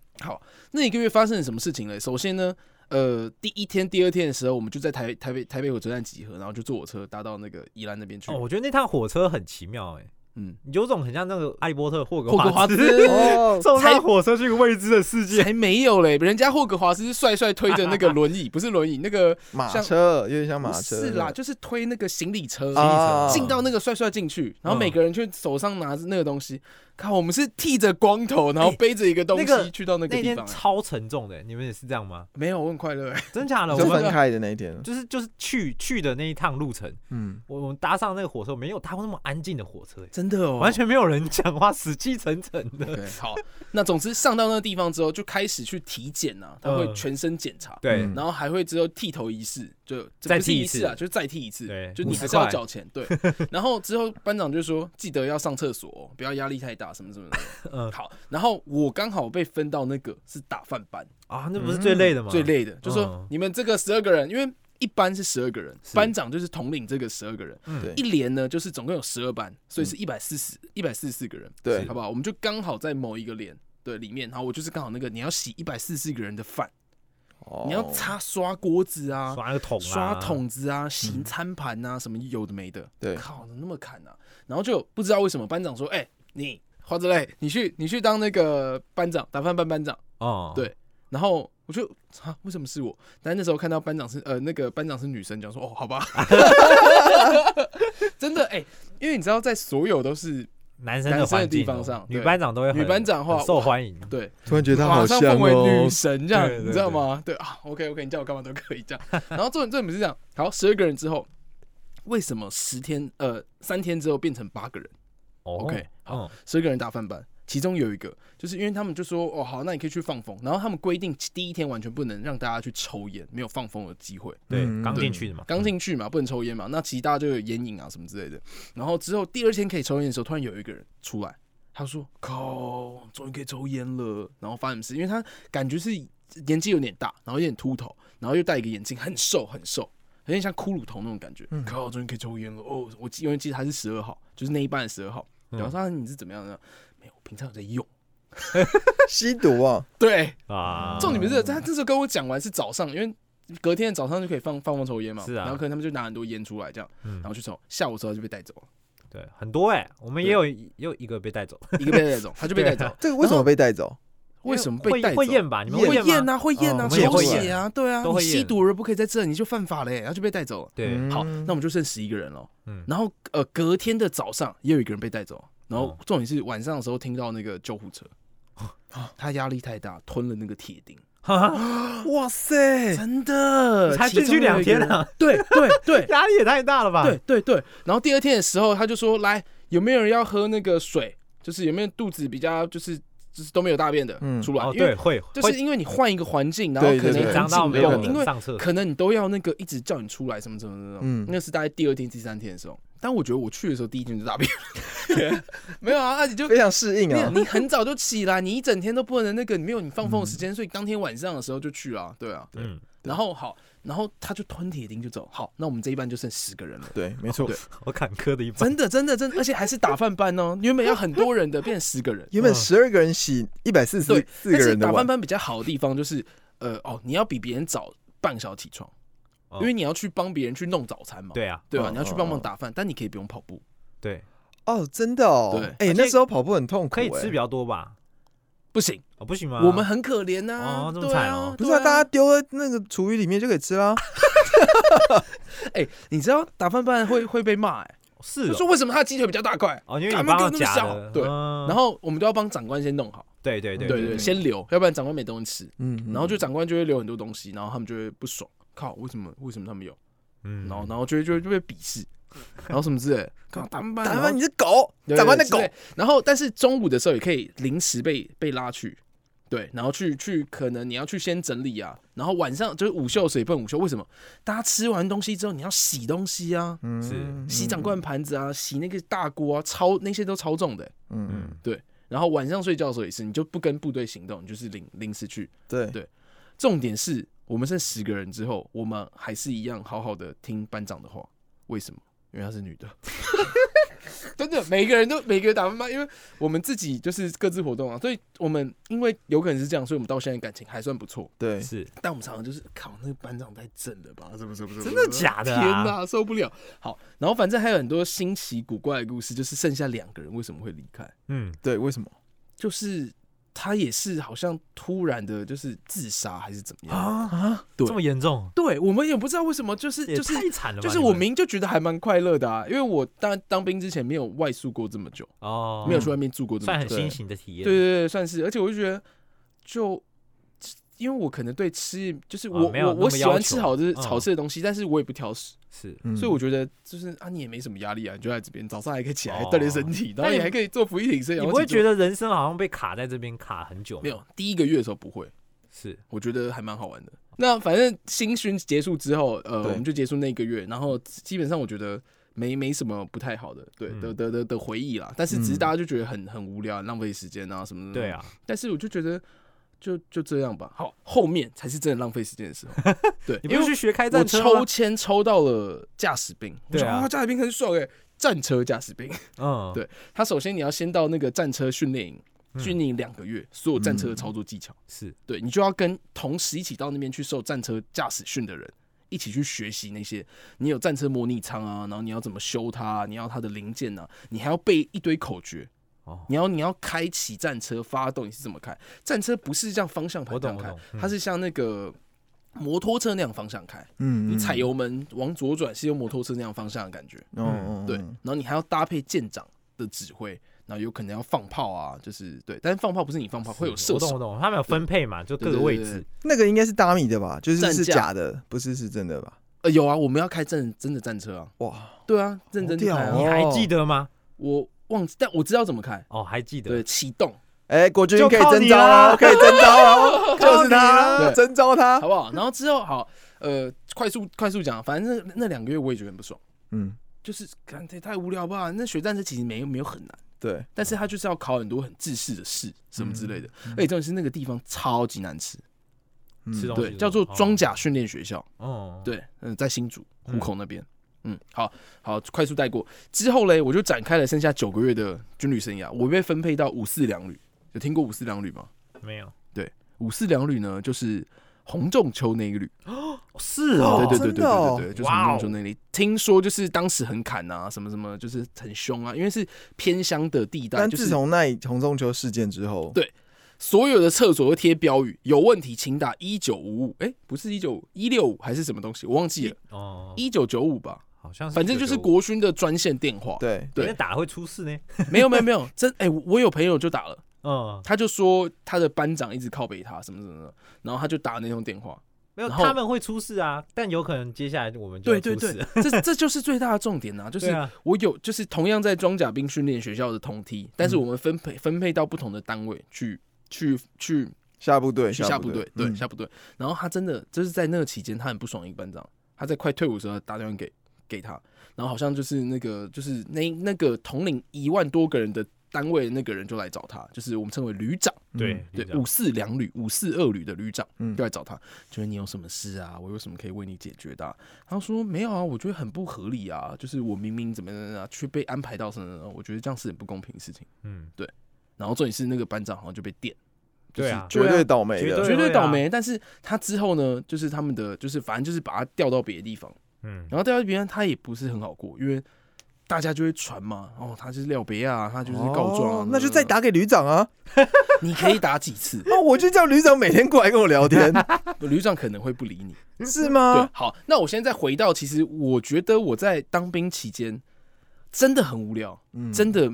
那一个月发生了什么事情呢？首先呢，呃，第一天、第二天的时候，我们就在台台北台北火车站集合，然后就坐火车搭到那个宜兰那边去。哦，我觉得那趟火车很奇妙哎，嗯，有种很像那个《哈利波特》霍格霍格华兹， 兹哦，坐才上火车去一个未知的世界。 才没有嘞，人家霍格华兹是帅帅推着那个轮椅，不是轮椅，那个马像车有点像马不车，是啦，就是推那个行李车。啊进到那个帅帅进去，然后嗯每个人就手上拿着那个东西。看，我们是剃着光头，然后哎背着一个东那个西去到那个那地天方。哎超沉重的，你们也是这样 吗？没有，我很快乐。哎真假的？我你就们分开的那一天，就是就是去去的那一趟路程，嗯，我我们搭上那个火车，没有搭过那么安静的火车欸，真的哦，完全没有人讲话，死气沉沉的。 对，好，那总之上到那个地方之后，就开始去体检啊，他会嗯全身检查， 对嗯然后还会只有剃头仪式，就这再不是剃一仪式啊，次就是再剃一次，对就你还50是要块缴钱，对。 然后之后班长就说，记得要上厕所哦、不要压力太大，什么什么的。嗯好，然后我刚好被分到那个是打饭班，啊，那不是最累的吗？嗯最累的，就说嗯你们这个十二个人，因为一班是十二个人，是班长就是统领这个十二个人，嗯，对一连呢就是总共有十二班，所以是一百四十一百四十四个人。对好，不好？我们就刚好在某一个连对里面，然后我就是刚好那个你要洗一百四十个人的饭，哦你要擦刷锅子啊，刷那个桶啊，刷桶子啊，洗餐盘啊，什么有的没的，对靠，怎么那么砍啊？然后就不知道为什么班长说，哎、你花子类，你去你去当那个班长，打饭班班长。哦，对然后我就啊，为什么是我？但那时候看到班长是呃，那个班长是女生，讲说哦，好吧，真的哎、因为你知道，在所有都是男生的男生的环地境方哦上女对班长都会很女班长的话很受哇欢迎，对，突然觉得他马好上像奉为哦女，神这样，对对你知道吗？对啊，OK OK，你叫我干嘛都可以这样。然后重点重点不是这样，好，十二个人之后，为什么十天呃三天之后变成八个人？哦 OK，好，十二个人打饭班，其中有一个就是因为他们就说哦好，那你可以去放风，然后他们规定第一天完全不能让大家去抽烟，没有放风的机会。对嗯，刚对进去的嘛，刚进去嘛，不能抽烟嘛，那其实大家就有烟瘾啊什么之类的。然后之后第二天可以抽烟的时候，突然有一个人出来，他说：“靠，终于可以抽烟了。”然后发生什么事？因为他感觉是年纪有点大，然后有点秃头，然后又戴一个眼镜，很瘦很瘦，有点像骷髅头那种感觉。嗯靠，终于可以抽烟了哦！我记永远记得他是十二号，就是那一半十二号。嗯然后他说你是怎么样的？没有，我平常有在用。吸毒 啊，对，啊，重点不是他这时候跟我讲完是早上，因为隔天的早上就可以放放风抽烟嘛。是啊然后可能他们就拿很多烟出来这样。嗯然后去抽，下午之后就被带走了，对，很多哎，我们也有也有一个被带走，一 个被带走，他就被带走。这个为什么被带走？为什么被带会走？会验吧？你们会验吗？啊，会验啊，哦我们也抽会血啊，对啊，都你会吸验毒人不可以在这，你就犯法嘞，然后就被带走了。对，嗯好，那我们就剩十一个人了。嗯然后呃，隔天的早上也有一个人被带走，然后哦重点是晚上的时候听到那个救护车，他压力太大，吞了那个铁钉，哇塞，真的，哎才其进去中有两一个天人啊，对对对，压力也太大了啊吧？哦对对对，然后第二天的时候，他就说：“来，有没有人要喝那个水？就是有没有肚子比较就是就是都没有大便的、嗯出来？哦，因为对，会会就是因为你换一个环境，然后对可对能对很张到紧没有有绷，人因为上厕所，可能你都要那个一直叫你出来什么什么什么。嗯嗯，那是大概第二天、第三天的时候。但我觉得我去的时候，第一天就大便 了，没有啊，那你就非常适应没有，啊，你很早就起来，你一整天都不能那个，你没有你放风的时间，所以当天晚上的时候就去啊，对啊。嗯，然后好，然后他就吞铁钉就走。好，那我们这一班就剩十个人了。对，没错对，好坎坷的一班真，的，真的，真的，而且还是打饭班哦，原本要很多人的，变成十个人。原本嗯十二个人洗一百 四对十，四个但是人打的饭碗，班比较好的地方就是，呃，哦，你要比别人早半个小时起床，哦因为你要去帮别人去弄早餐嘛，对啊，对吧？嗯你要去帮忙嗯打饭，但你可以不用跑步，对，哦，真的哦对，哎，那时候跑步很痛苦，可以吃比哎较多吧？不行，哦，不行啊吗？我们很可怜呐哦，这么对惨啊哦，不是啊，啊对大家丢在那个厨余里面就可以吃啦。哎，你知道打饭班会会被骂哎，是就哦说为什么他的鸡腿比较大块，哦，因为干你嘛帮给我他那么夹小的，？对，然然后我们就要帮长官先弄好，对对对对对，嗯对先留，要不然长官没东西吃，嗯，嗯然后就长官就会留很多东西，然后他们就会不爽，靠，为什么为什么他们有？嗯，然后然后就会就会就被鄙视，然后什么之类的，干打扮打然后扮你是狗，对对打扮的之狗类，然后但是中午的时候也可以临时被被拉去，对，然后去去可能你要去先整理啊，然后晚上就是午休的时候也不能午休，为什么？大家吃完东西之后你要洗东西啊，嗯是洗长官的盘子啊，洗那个大锅啊，超那些都超重的欸、嗯嗯，嗯，然后晚上睡觉的时候也是，你就不跟部队行动，你就是临临时去。对对重点是我们剩十个人之后，我们还是一样好好的听班长的话，为什么？因为她是女的。 真的，每个人都每个人打分吧，因为我们自己就是各自活动啊，所以我们因为有可能是这样，所以我们到现在感情还算不错。对，是但我们常常就是靠那个班长太正了吧，是不是？不是真的假的 天啊？哪，受不了！好，然后反正还有很多新奇古怪的故事，就是剩下两个人为什么会离开，嗯，对，为什么？就是他也是好像突然的，就是自杀还是怎么样？啊，啊，这么严重，对我们也不知道为什么，就是也就是太惨了吧，就是你我们明就觉得还蛮快乐的啊，因为我当当兵之前没有外宿过这么久，哦，没有去外面住过这算么很久，新型的体验，对对对，算是，而且我就觉得就。因为我可能对吃，就是我、哦没有我那么我喜欢吃要求好的嗯好吃的东西，但是我也不挑食，是。嗯所以我觉得就是啊，你也没什么压力啊，你就在这边早上还可以起来哦锻炼身体，然后但你你还可以做俯卧撑，你然后不会去做觉得人生好像被卡在这边卡很久吗？没有？第一个月的时候不会，是我觉得还蛮好玩的。那反正新训结束之后，呃，对我们就结束那一个月，然后基本上我觉得没没什么不太好的，对嗯的的的的回忆啦。但是只是大家就觉得很很无聊，浪费时间啊什么的。对。啊，但是我就觉得就就这样吧。好，后面才是真的浪费时间的时 候。对，你因不是去为学开我战车抽吗？签抽到了驾驶兵，我对说啊啊，驾驶兵很爽哎、战车驾驶兵。嗯，对他首先你要先到那个战车训练营，嗯训练营两个月，所有战车的嗯操作技巧。是对你就要跟同时一起到那边去受战车驾驶训的人一起去学习那些，你有战车模拟舱啊，然后你要怎么修它啊、你要它的零件啊，你还要背一堆口诀，哦，你要你要开启战车发动你是怎么开，战车不是像方向盘我这懂样我开懂，嗯它是像那个。摩托车那样方向开，嗯你踩，油门往左转是用摩托车那样方向的感觉，嗯哦，对，嗯然后你还要搭配舰长的指挥，然后有可能要放炮啊，就是对，但是放炮不是你放炮，会有是射我懂手我，懂，他们有分配嘛，就各个位对对对置，那个应该是大米的吧？就是战是架假的，不是是真的吧？呃，有啊，我们要开真真的战车啊，哇，对啊，认真去开、好屌啊你哦还记得吗？我忘记，但我知道怎么开。哦，还记得对，，启动哎，国军就可以靠征你召啦了，可以征召 了，就是你他了征召他好，不好？然后之后好，呃，快速快速讲，反正那那两个月我也觉得很不爽，嗯，就是感觉太无聊吧。那学战车其实没有没有很难，对，但是它就是要考很多很制式的试什么之类的，嗯而且重点是那个地方超级难吃，嗯吃东西对，叫做装甲训练学校。哦，对，嗯、在新竹虎口那边。嗯好好，快速带过之后嘞，我就展开了剩下九个月的军旅生涯。我被分配到五四两旅，有听过五四两旅吗？没有，五四两旅呢，就是红中秋那一旅，是哦对对对对真的哦对对，就是哇红哦中秋那一旅。听说就是当时很砍啊，什么什么，就是很凶啊，因为是偏乡的地带，但就是自从那一红中球事件之后，对所有的厕所都贴标语，有问题请打一九五五，哎，不是一九一六五还是什么东西，我忘记了，哦，一九九五吧，好像是，反正就是，国军的专线电话。对，对那打了会出事呢，没有没有没有，真哎、我我有朋友就打了，嗯，他就说他的班长一直靠北他什么什么的，然后他就打那通电话。没有，然后他们会出事啊，但有可能接下来我们就要出事了，，这这就是最大的重点啊，就对是啊，我有就是同样在装甲兵训练学校的同梯，但是我们分配分配到不同的单位去去去下部队，去下部队，对嗯下部队。然后他真的就是在那个期间，他很不爽一个班长，他在快退伍的时候打电话给给他，然后好像就是那个就是那那个统领一万多个人的单位的那个人就来找他，就是我们称为旅长。对，嗯对就，这样五四两旅、五四二旅的旅长嗯就来找他，就是你有什么事啊？我有什么可以为你解决的啊、他说没有啊，我觉得很不合理啊，就是我明明怎么怎么样啊，却被安排到什么什么，我觉得这样是很不公平的事情。嗯，然后重点是那个班长好像就被电，就是对啊，绝对倒霉绝的，绝对对啊倒霉。但是他之后呢，就是他们的就是反正就是把他调到别的地方，嗯，然后调到别人他也不是很好过，因为大家就会传嘛，哦，他是廖别啊，他就是告状、啊哦，那就再，打给旅长 啊！你可以打几次， 哦，我就叫旅长每天过来跟我聊天，旅长可能会不理你。是对啊吗，？好，那我现在再回到，其实我觉得我在当兵期间真的很无聊，嗯真的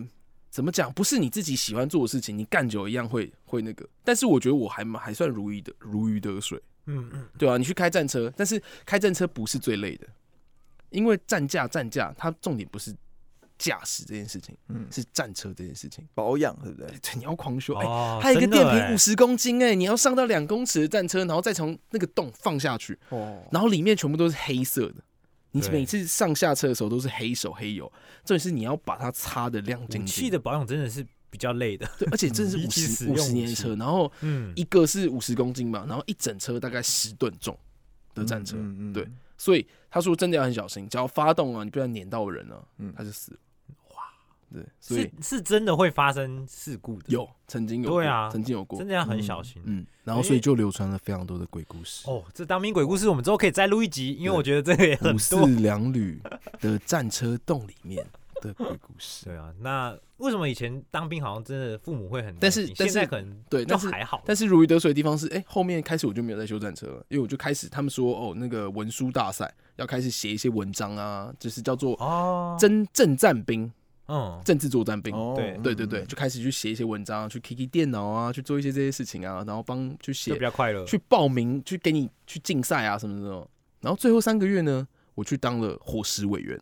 怎么讲？不是你自己喜欢做的事情，你干久一样会会那个。但是我觉得我还蛮还算如鱼的如鱼得水，嗯嗯，对啊，你去开战车，但是开战车不是最累的，因为战架战架，它重点不是驾驶这件事情，嗯是战车这件事情。 保养，对不对？对，你要狂修，哎、哦，还有一个真的电欸瓶五，十公斤、哎，你要上到两公尺的战车，然后再从那个洞放下去。哦，然后里面全部都是黑色的。你对每次上下车的时候都是黑手黑油，重点是你要把它擦的亮晶武器晶，的保养真的是比较累的，对，而且真的是比五起十使五用十年的武器车，然后嗯，一个是五十公斤嘛，然后一整车大概十吨重的战车，嗯对，所以他说真的要很小心，只要发动啊，你不然碾到人了、啊，嗯他就死了。哇，对，所是以是真的会发生事故的，有曾经有过对啊曾经有过真，的要很小心。嗯，然后所以就流传了非常多的鬼故事。哦，这当兵鬼故事我们之后可以再录一集，因为我觉得这个也很五四多。两旅的战车洞里面的鬼故 事，对啊，那为什么以前当兵好像真的父母会很担但是心但现在是可能对，就但是还好，但是如鱼得水的地方是，哎、后面开始我就没有在修战车了，因为我就开始他们说哦，那个文书大赛要开始写一些文章啊，就是叫做哦，真正战兵、嗯，政治作战兵。哦对对对对，，就开始去写一些文章，去 K K 电脑啊，去做一些这些事情啊，然后帮去就写比较快乐。去报名，去给你去竞赛啊，什么什么。然后最后三个月呢，我去当了伙食委员，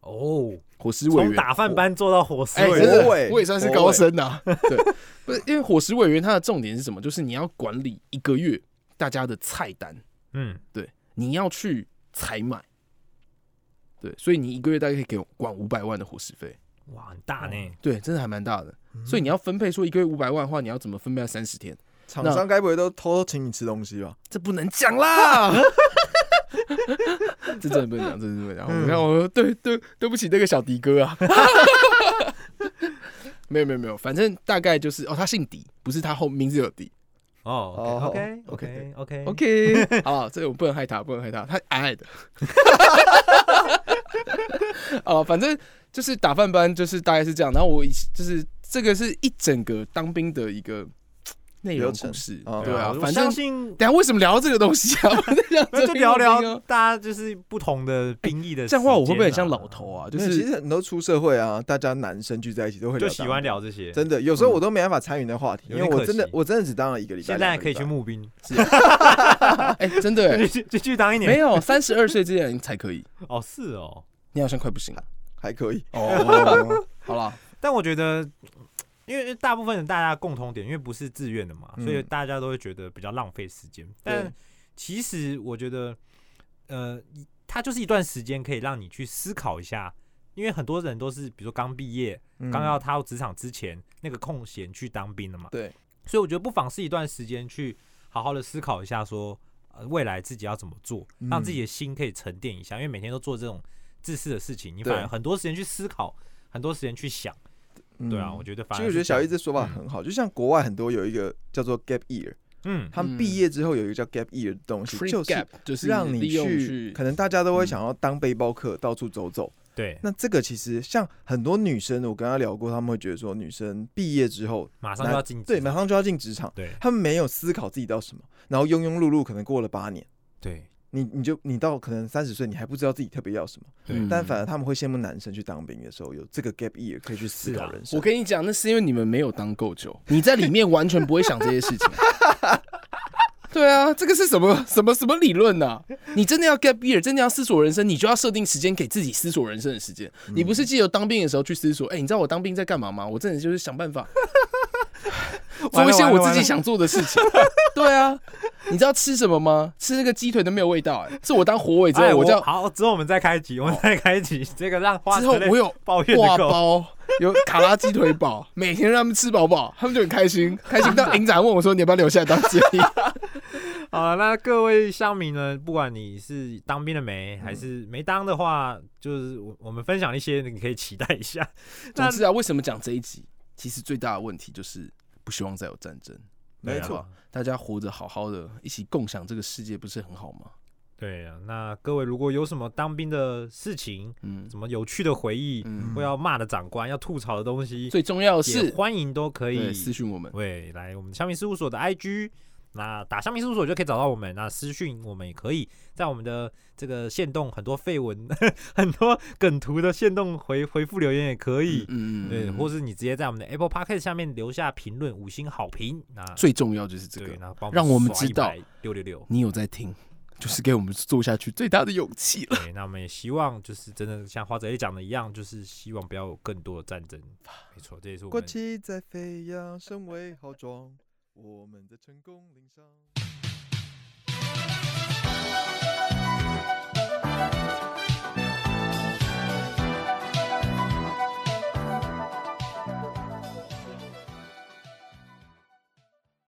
哦，伙食委从员打饭班做到伙食哎、委真员，的国伟我也算是高深呐、 对，不是因为伙食委员它的重点是什么？就是你要管理一个月大家的菜单，嗯，你要去采买。对，所以你一个月大概可以给我管五百万的伙食费，哇，很大呢。对，真的还蛮大的。所以你要分配说一个月五百万的话，你要怎么分配在三十天？厂商该不会都偷偷请你吃东西吧？这不能讲啦， 这真的不能讲，这真的不能讲。我看我说对对对不起那个小迪哥啊， 没有没有没有，反正大概就是哦，他姓迪，不是他后名字有迪。哦哦，OK OK OK， OK OK， OK，好，这个我不能害他，不能害他，他矮矮的。 哦，反正就是打饭班，就是大概是这样。然后我以就是这个是一整个当兵的一个内容流程故事，哦对啊，我反相正。信等一下为什么聊到这个东西啊？ 我在讲那这就兵聊当兵啊哎聊大家就是不同的兵役的时间啊。这样话我会不会很像老头啊？就没有其是实很多出社会啊，大家男生聚在一起都会就聊喜当欢兵聊这些。真的，有时候我都没办法参与那话题，有因为点可我真的惜我真的只当了一个礼拜。现在两个可以礼去拜募兵，哎，真的就 哎，去就去当一没年。有三十二岁之前才可以，哦，是哦。你好像快不行了。还可以，哦，好了，但我觉得，因为大部分的大家共同点，因为不是自愿的嘛，所以嗯大家都会觉得比较浪费时间。但其实我觉得，呃，一它就是一段时间可以让你去思考一下，因为很多人都是比如说刚毕业， 嗯刚要踏入职场之前那个空闲去当兵的嘛。对，所以我觉得不妨是一段时间去好好的思考一下说，呃未来自己要怎么做，让自己嗯的心可以沉淀一下，因为每天都做这种自私的事情，你对反而很多时间去思考，很多时间去想。嗯对啊，我觉得反其而实我是觉得这小样易这说法很好，就像国外很多有一个叫做 gap year，嗯他们嗯毕业之后有一个叫 gap year 的东西， Free 就是。 gap 就是让你利用嗯去，可能大家都会想要当背包客，到处走走。对，那这个其实像很多女生，我跟她聊过，她们会觉得说，女生毕业之后，马上就要进对，职马场上就要进职场，对她们没有思考自己到什么，然后庸庸碌碌，可能过了八年，对你你就你到可能三十岁，你还不知道自己特别要什么。嗯但反而他们会羡慕男生去当兵的时候有这个 gap year 可以去思考人生。啊我跟你讲，那是因为你们没有当够久，你在里面完全不会想这些事 情。对啊，这个是什么什么什么理论呐、你真的要 gap year，真的要思索人生，你就要设定时间给自己思索人生的时间。嗯你不是借由当兵的时候去思索，哎、你知道我当兵在干嘛吗？我真的就是想办 法做一些我自己想做的事 情。对啊，你知道吃什么吗？吃那个鸡腿都没有味道、哎，是我当火尾之后，哎，我我叫好之后我们再开一集，我哦们再开一集，这个让花之后车类我有抱怨挂的够。包，有卡拉鸡腿 堡，每天让他们吃饱饱，他们就很开 心，开心到营长问我说：“你要不要留下来当监理好了，那各位乡民呢，不管你是当兵了没，还嗯是没当的话，就是我我们分享一些你可以期待一 下。？”那总之啊，为什么讲这一集？其实最大的问题就是不希望再有战争，没对错啊，大家活得好好的，一起共享这个世界，不是很好吗？对啊。那各位如果有什么当兵的事情，嗯什么有趣的回忆，嗯或，要骂的长官，要吐槽的东西，最重要的也是欢迎都可以对私讯我们，对，来我们香民事务所的 IG，那打香民事务所就可以找到我们。那私讯我们也可以在我们的这个线动很多绯闻、 很多梗图的线动回回复留言也可以。嗯对，或是你直接在我们的 Apple Podcast 下面留下评论五星好评，那最重要就是这对，个，那帮让我们知道六六六。你有在听，就是给我们做下去最大的勇气啊了。对，那我们也希望就是真的像花泽类讲的一样，就是希望不要有更多的战争。没错，这也是我国们旗在飞扬，身为豪壮，我们的成功领上。